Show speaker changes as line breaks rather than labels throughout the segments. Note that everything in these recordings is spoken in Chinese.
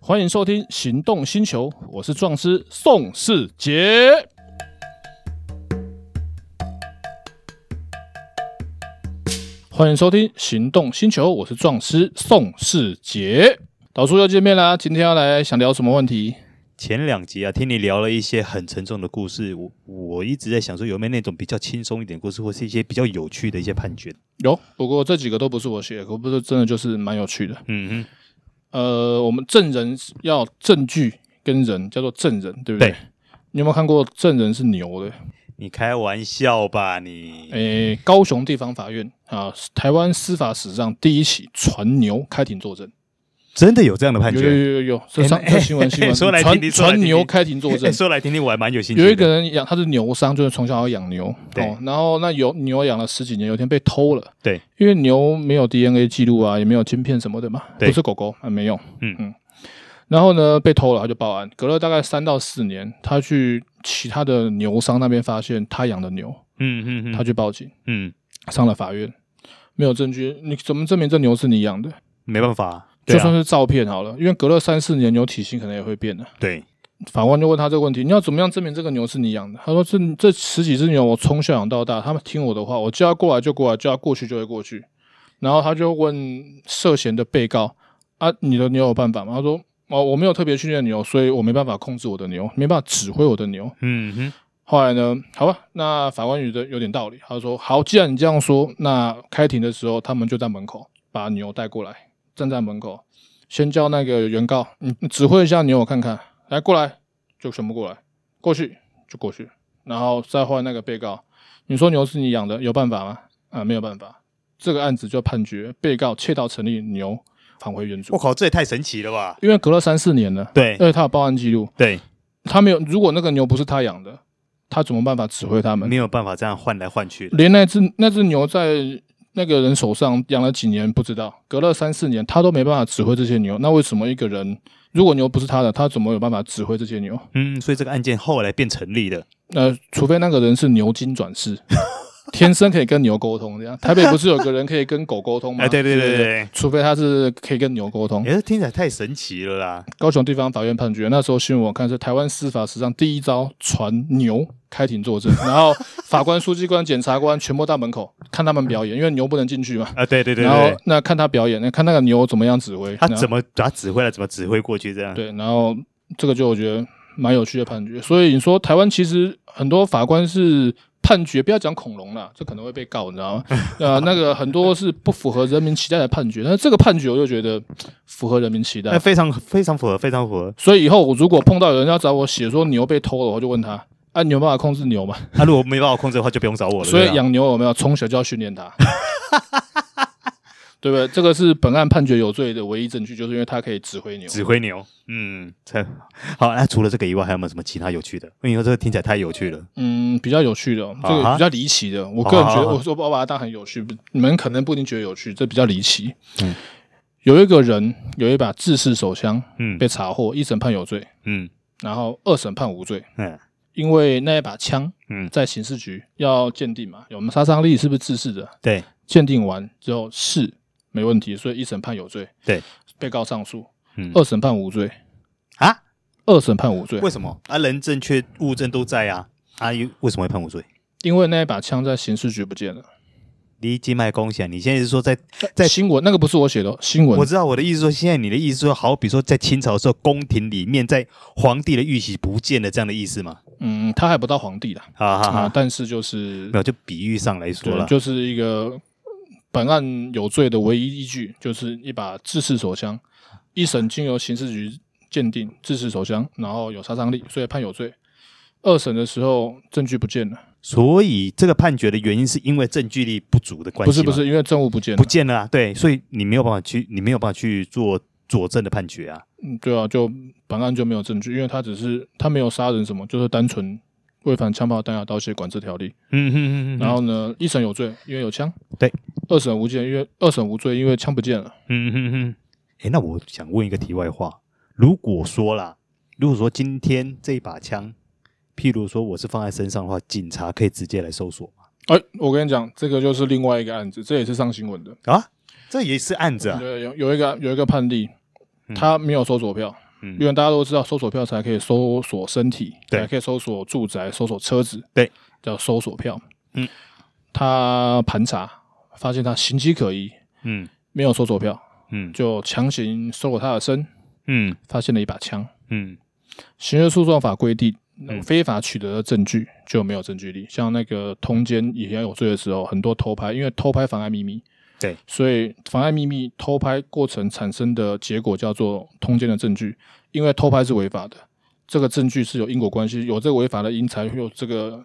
欢迎收听《行动星球》，我是壮师宋世杰。欢迎收听《行动星球》，我是壮师宋世杰。老叔又见面啦，今天要来想聊什么问题？
前两集啊，听你聊了一些很沉重的故事，我我一直在想说有没有那种比较轻松一点的故事，或是一些比较有趣的一些判决。
有，不过这几个都不是我写的，可不是真的就是蛮有趣的。
嗯哼，
呃，我们证人要证据跟人叫做证人，对不对？
对
你有没有看过证人是牛的？
你开玩笑吧你？
诶、高雄地方法院啊，台湾司法史上第一起传牛开庭作证，
真的有这样的判
有有
决？
有有有，这上
哎
这 新闻新闻，
说来听
传
听说来
传
听
牛
听
开庭作证
哎， 说来听听，我还蛮有兴趣的。
有一个人养，他是牛商，就是从小要养牛，
对
哦，然后那有牛养了十几年，有一天被偷了，
对，
因为牛没有 DNA 记录啊，也没有晶片什么的嘛，
对
不是狗狗，啊、没用，
嗯
嗯，然后呢被偷了，他就报案，隔了大概三到四年，他去其他的牛商那边发现他养的牛，
嗯，嗯嗯
他
嗯，
去报警，
嗯，
上了法院，没有证据，你怎么证明这牛是你养的？
没办法，对
就
啊
算是照片好了，因为隔了三四年，牛体型可能也会变的。
对，
法官就问他这个问题：你要怎么样证明这个牛是你养的？他说：这这十几只牛，我从小养到大，他们听我的话，我叫他过来就过来，叫他过去就会过去。然后他就问涉嫌的被告：啊，你的牛有办法吗？他说：哦，我没有特别训练牛，所以我没办法控制我的牛，没办法指挥我的牛。
嗯哼，
后来呢，好吧，那法官语的有点道理，他说：好，既然你这样说，那开庭的时候，他们就在门口把牛带过来，站在门口，先叫那个原告，你你指挥一下牛，我看看，来过来，就全部过来，过去就过去，然后再换那个被告，你说牛是你养的，有办法吗？啊，没有办法，这个案子就判决被告窃盗成立，牛返回原
我
主，
靠，这也太神奇了吧？呃
因为隔了三四年了，
对
而且他有报案记录，
对，
他没有，如果那个牛不是他养的，他怎么办法指挥他们
没？有办法这样换来换去的。
连那只那只牛在那个人手上养了几年不知道，隔了三四年他都没办法指挥这些牛，那为什么一个人如果牛不是他的，他怎么有办法指挥这些牛？
嗯，所以这个案件后来变成立的。
呃，除非那个人是牛精转世， 天生可以跟牛沟通这样。台北不是有个人可以跟狗沟通吗？
哎，对对对对，对，
除非他是可以跟牛沟通。
哎，这听起来太神奇了啦。
高雄地方法院判决，那时候新闻我看是台湾司法史上第一招传牛开庭作证，然后法官、书记官、检察官全部到门口看他们表演，因为牛不能进去嘛。
啊，对对对
然后
对，
那看他表演，那看那个牛怎么样指挥，
他
然后
怎么把指挥了，怎么指挥过去这
嗯
样？
对，然后这个就我觉得蛮有趣的判决。所以你说台湾其实很多法官是判决，不要讲恐龙啦，这可能会被告，你知 道吗？呃，那个很多是不符合人民期待的判决，但是这个判决我就觉得符合人民期
哎，
待。
非常非常符合，非常符合。
所以以后我如果碰到有人要找我写说牛被偷了，我就问他。啊，你有办法控制牛吗？
他啊如果没办法控制的话，就不用找我了。
所
对啊
以
吧
养牛有没有从小就要训练 它，对不对？这个是本案判决有罪的唯一证据，就是因为它可以指挥牛。
指挥牛，嗯，才好。那除了这个以外，还有没有什么其他有趣的？因为这个听起来太有趣了。
嗯，比较有趣的，这
啊
个
哈
比较离奇的，我个人觉得，
啊哈
我说我把它当很有趣，不你们可能不一定觉得有趣，这比较离奇。
嗯，
有一个人有一把制式手枪
嗯
被查获，一审判有罪，
嗯
然后二审判无罪，
嗯
因为那一把枪
嗯，
在刑事局要鉴定嘛，有我们杀伤力是不是制式的，
对，
鉴定完之后是没问题，所以一审判有罪。
对，
被告上诉，
嗯
二审判无罪，
啊？
二审判无罪，
为什么？啊，人证却物证都在啊，啊，又为什么会判无罪？
因为那一把枪在刑事局不见了。
离经脉恭喜啊！你现在是说在在，
新闻那个不是我写的哦，新闻
我知道我的意思说，现在你的意思说，好比说在清朝的时候，宫廷里面在皇帝的玉玺不见了这样的意思吗？
嗯，他还不到皇帝啦，
啊哈
啊、
哈，
但是就是
没有，就比喻上来说
对，
了。
就是一个本案有罪的唯一依据，就是一把制式手枪，一审经由刑事局鉴定制式手枪，然后有杀伤力，所以判有罪。二审的时候证据不见了，
所以这个判决的原因是因为证据力不足的关
不
系
是
吗，
不是，因为证物不见了，
不见了啊，对，所以你没有办法去，你没有办法去做佐证的判决啊。
嗯，对啊，就本案就没有证据，因为他只是他没有杀人什么，就是单纯违反枪炮弹药刀械管制条例。
嗯哼哼
然后呢，一审有罪，因为有枪；
对，
二审无罪，因为二审无罪，因为枪不见了。
嗯哼哼，哎，那我想问一个题外话，如果说啦，如果说今天这一把枪，譬如说我是放在身上的话，警察可以直接来搜索吗？
哎，我跟你讲，这个就是另外一个案子，这也是上新闻的。
啊，这也是案子啊。
对，有有一个有一个判例，他没有搜索票，
嗯
因为大家都知道，搜索票才可以搜索身体，
对
才可以搜索住宅、搜索车子，
对，
叫搜索票。
嗯，
他盘查发现他形迹可疑，
嗯
没有搜索票，
嗯
就强行搜索他的身，
嗯
发现了一把枪。
嗯
刑事诉讼法规定，呃非法取得的证据就没有证据力。像那个通奸也要有罪的时候，很多偷拍，因为偷拍妨碍秘密，
对，
所以妨碍秘密偷拍过程产生的结果叫做通奸的证据，因为偷拍是违法的，这个证据是有因果关系，有这个违法的因才会有这个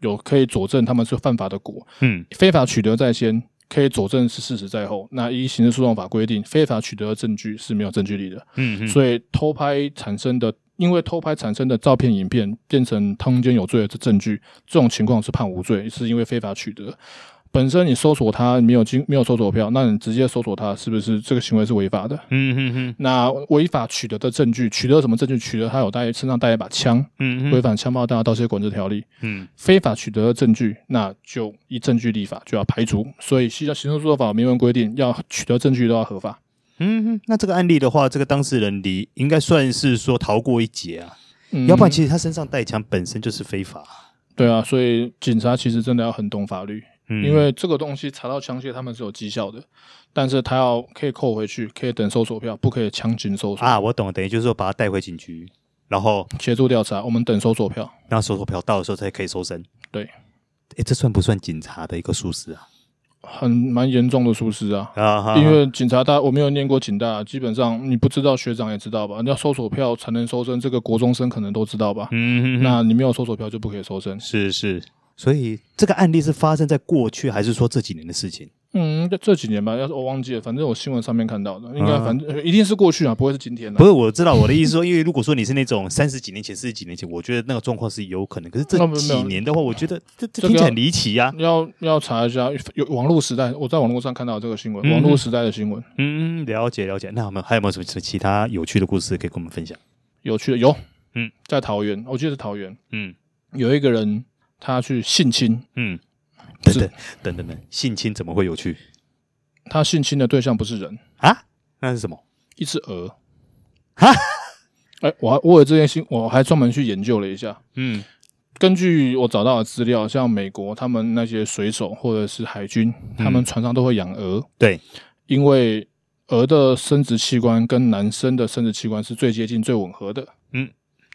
有可以佐证他们是犯法的果，
嗯
非法取得在先。可以佐证是事实在后。那依刑事诉讼法规定，非法取得的证据是没有证据力的。
嗯，
所以偷拍产生的，因为偷拍产生的照片、影片变成通奸有罪的证据，这种情况是判无罪，是因为非法取得。本身你搜索他没有经没有搜索票，那你直接搜索他，是不是这个行为是违法的？
嗯嗯嗯
那违法取得的证据，取得什么证据？取得他有带身上带一把枪，
嗯
违反枪炮弹药盗窃管制条例。
嗯
非法取得的证据，那就依证据立法就要排除。所以，西行政诉讼法明文规定，要取得证据都要合法。
嗯，那这个案例的话，这个当事人离应该算是说逃过一劫啊，
嗯
要不然其实他身上带枪本身就是非法，
对啊，所以警察其实真的要很懂法律，
嗯
因为这个东西查到枪械他们是有绩效的，但是他要可以扣回去，可以等搜索票，不可以强行搜索。
啊，我懂了，等于就是说把他带回警局，然后
协助调查，我们等搜索票。
让搜索票到的时候才可以搜身。
对
哎，这算不算警察的一个疏失啊？
很蛮严重的疏失啊。
啊哈，
因为警察大，我没有念过警大，基本上你不知道，学长也知道吧？你要搜索票才能搜身，这个国中生可能都知道吧？
嗯，
那你没有搜索票就不可以搜身。
是是，所以这个案例是发生在过去还是说这几年的事情？
嗯，这几年吧，要是我忘记了，反正我新闻上面看到的，应该
啊
反正、呃一定是过去啊，不会是今天的、
不是，我知道我的意思说，因为如果说你是那种三十几年前、四十几年前，我觉得那个状况是有可能。可是这
那没有没
几
有
年的话，我觉得这
这
这听起来
个
很离奇呀、啊。
要要查一下，有网络时代，我在网络上看到这个新闻，
嗯
网络时代的新闻
嗯，了解了解。那我们还有没有什么什么其他有趣的故事可以跟我们分享？
有趣的有，
嗯，
在桃园，我记得是桃园
嗯
有一个人他去性侵，
嗯，等
是
等等等等，性侵怎么会有趣
他性侵的对象不是人，
啊？那是什么？
一只鹅，
哈，
哎，我还我有这件新，我还专门去研究了一下。
嗯
根据我找到的资料，像美国他们那些水手或者是海军，
嗯
他们船上都会养鹅，
对，
因为鹅的生殖器官跟男生的生殖器官是最接近、最吻合的。
嗯，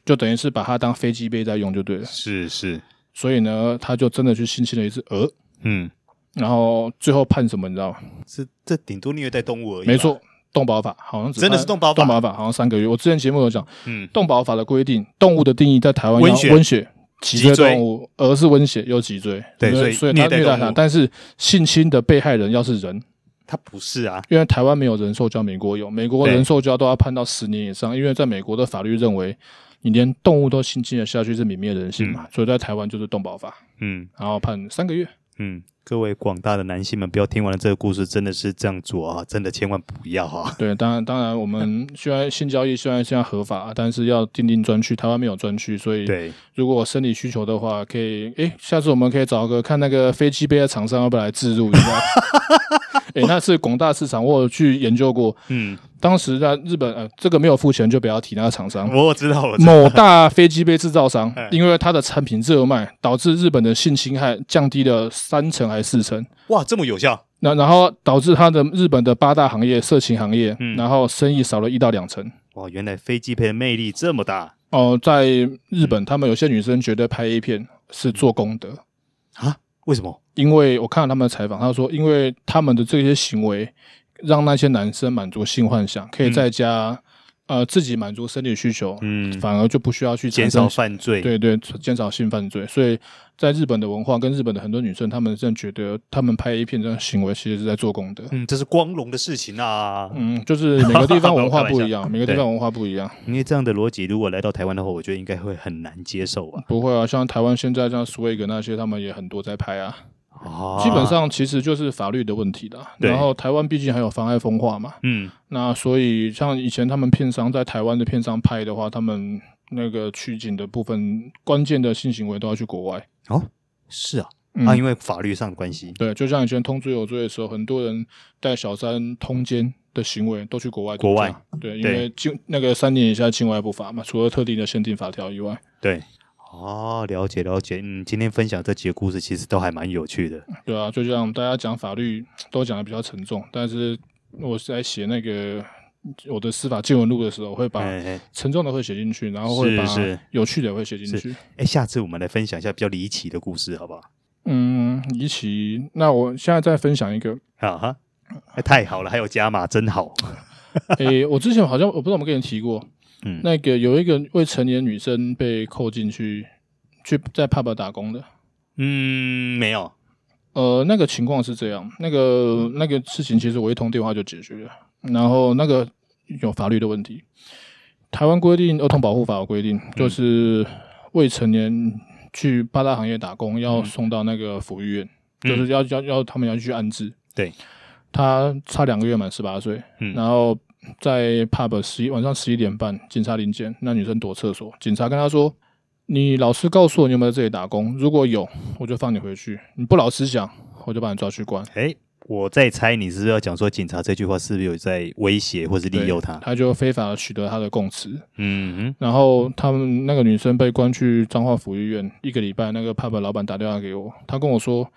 就等于是把它当飞机杯在用就对了。
是是，
所以呢，他就真的去性侵了一只鹅，
嗯，
然后最后判什么，你知道吗？
是这顶多虐待动物而已。
没，错，动保法好像只
真的
判
是动保法
动保法好像三个月。我之前节目有讲，
嗯
动保法的规定，动物的定义在台湾
温
要
血
温血。脊椎
脊椎
动物，鹅是温血又脊椎，
对所以
所以
虐
他
待
虐待
动物
它。但是性侵的被害人要是人，
他不是啊。
因为台湾没有人兽交，美国有，美国人兽交都要判到十年以上，因为在美国的法律认为，你连动物都性侵了下去是泯灭人性嘛，所以在台湾就是动保法，
嗯
然后判三个月。
嗯，各位广大的男性们，不要听完了这个故事，真的是这样做啊，真的千万不要啊。
对，当然，当然，我 们虽然性交易虽然现在合法，但是要订定专区，台湾没有专区，所以
对，
如果生理需求的话，可以，诶，下次我们可以找个看那个飞机杯的厂商要不要来置入一 下。诶，那是广大市场，我有去研究过，
嗯，
当时在日本，呃，这个没有付钱就不要提那个厂商。
我知道，我知道。
某大飞机杯制造商
哎，
因为它的产品热卖，导致日本的性侵害降低了三成还是四成。
哇，这么有效。
那然后导致它的日本的八大行业、色情行业，
嗯
然后生意少了一到两成。
哇，原来飞机杯的魅力这么大
哦、在日
嗯
本，他们有些女生觉得拍 A 片是做功德，
啊？为什么？
因为我看了他们的采访，他说，因为他们的这些行为让那些男生满足性幻想，可以在家、呃自己满足生理需求，
嗯，
反而就不需要去
减
产生
少犯罪。，
对对，减少性犯罪。所以在日本的文化跟日本的很多女生，她们真的觉得她们拍 A 片这种行为其实是在做功德。
嗯，这是光荣的事情啊。
嗯，就是每个地方
我
文化
开玩
不
笑
一样，每个地
对
方文化不一样。
因为这样的逻辑，如果来到台湾的话，我觉得应该会很难接受吧。
不会啊，像台湾现在像 swag 那些，他们也很多在拍啊。
啊
基本，上其实就是法律的问题啦。
对
然后台湾毕竟还有妨碍风化嘛，
嗯
那所以像以前他们片商在台湾的片商拍的话，他们那个取景的部分，关键的性行为都要去国外。
是啊，
嗯
啊，因为法律上的关系，
对，就像以前通知有罪的时候，很多人带小三通奸的行为都去国外度假。
国外
对，因
对
为禁那个三年以下境外不法嘛，除了特定的限定法条以外，
对，哦，了解了解，嗯，今天分享这几个故事其实都还蛮有趣的，
对啊，就像我们大家讲法律都讲的比较沉重，但是我是在写那个我的司法见闻录的时候，会把
哎哎
沉重的会写进去，然后会
是
把
是
有趣的也会写进
是
去。
哎，下次我们来分享一下比较离奇的故事，好不好？
嗯，一起。那我现在再分享一个，
啊哈，哎太好了，还有加码，真好。
诶、 我之前好像我不知道我们跟你提过，
嗯
那个有一个未成年女生被扣进去，去在 pub 打工的。
嗯，没有，
呃，那个情况是这样，那
嗯
个那个事情其实我一通电话就解决了，然后那个有法律的问题，台湾规定《儿童保护法》有规定，
嗯
就是未成年去八大行业打工要
嗯
送到那个抚育院，就是要要要他们要去安置。
对，
他差两个月满十八岁，
嗯
然后在 pub 十一晚上十一点半，警察临检，那女生躲厕所，警察跟她说：“你老实告诉我你有没有在这里打工，如果有，我就放你回去；你不老实讲，我就把你抓去关。
哎，我在猜你是不是要讲说警察这句话是不是有在威胁或是”利诱他？
他就非法地取得她的供词，
嗯
然后他们那个女生被关去彰化福利院一个礼拜。那个 pub 老板打电话给我，他跟我说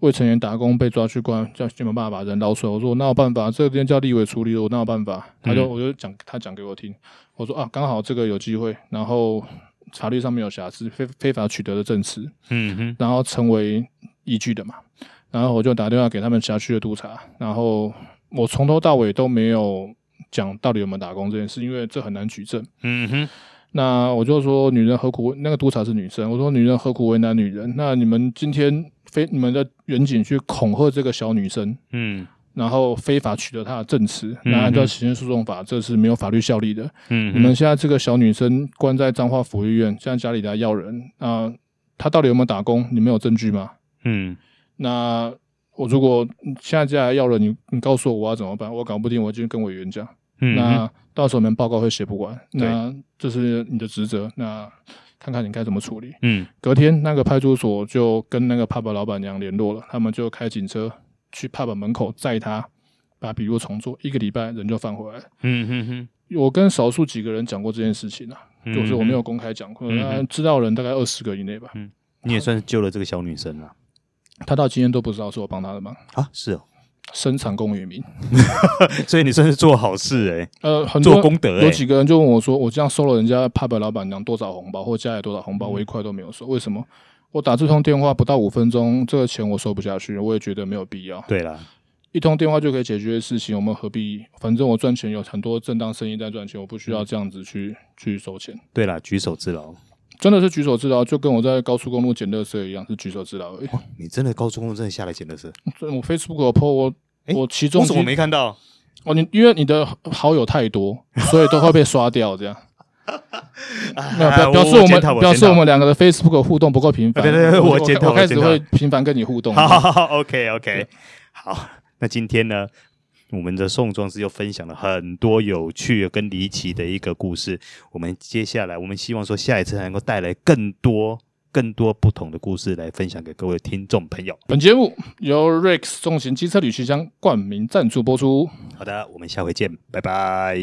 未成年打工被抓去关，叫有没有办法把人捞出来？我说我哪有办法？这边叫立委处理的，我哪有办法？他就、
嗯
我就讲他讲给我听，我说啊，刚好这个有机会，然后法律上面有瑕疵，非非法取得的证词，
嗯哼，
然后成为依据的嘛。然后我就打电话给他们辖区的督察，然后我从头到尾都没有讲到底有没有打工这件事，因为这很难举证。
嗯哼，
那我就说女人何苦那个督察是女生，我说女人何苦为难女人？那你们今天非你们的远景去恐吓这个小女生，
嗯
然后非法取得她的证词，
嗯
那按照刑事诉讼法，这是没有法律效力的。
嗯
你们现在这个小女生关在彰化福利院，现在家里来要人啊、她到底有没有打工？你们有证据吗？
嗯
那我如果现在家来要人，你你告诉我我要怎么办？我搞不定，我就跟委员讲。
嗯，
那到时候你们报告会写不完，那这是你的职责，那看看你该怎么处理。
嗯
隔天，那个派出所就跟那个 pub 老板娘联络了，他们就开警车去 pub 门口载他，把笔录重做，一个礼拜人就放回来了。
嗯哼哼，
我跟少数几个人讲过这件事情啊，
嗯
就是我没有
哼，
公开讲过，
嗯
那知道的人大概二十个以内吧。
你也算是救了这个小女生了
他到今天都不知道是我帮他的忙，
啊，是哦，
深藏功与名。
所以你算是做好事
呃，很
哎，
多
做功德
有
哎，
几个人就问我说：“我这样收了人家 pub 老板娘多少红包，或家里多少红
嗯
包，我一块都没有收，为什么？”我打这通电话不到五分钟，这个钱我收不下去，我也觉得没有必要。
对啦，
一通电话就可以解决的事情，我们何必？反正我赚钱有很多正当生意在赚钱，我不需要这样子
嗯
去去收钱。
对啦，举手之劳，
真的是举手之劳，就跟我在高速公路捡垃圾一样，是举手之劳而已。
你真的高中真的下来捡的是，
所以我 Facebook 有 po 我、
诶
我起重
我怎
机
么没看到？
哦，你因为你的好友太多，所以都会被刷掉这样。没有
哎啊
表表示我们表示我们两个的 Facebook 互动不够频繁。
对对对我检讨
我
我
开始
检讨
会频繁跟你互动。
好好好，OK OK，好，那今天呢，我们的宋壮士又分享了很多有趣跟离奇的一个故事。我们接下来，我们希望说下一次能够带来更多、更多不同的故事来分享给各位听众朋友。
本节目由 Rex 重型机车旅行箱冠名赞助播出。
好的，我们下回见，拜拜。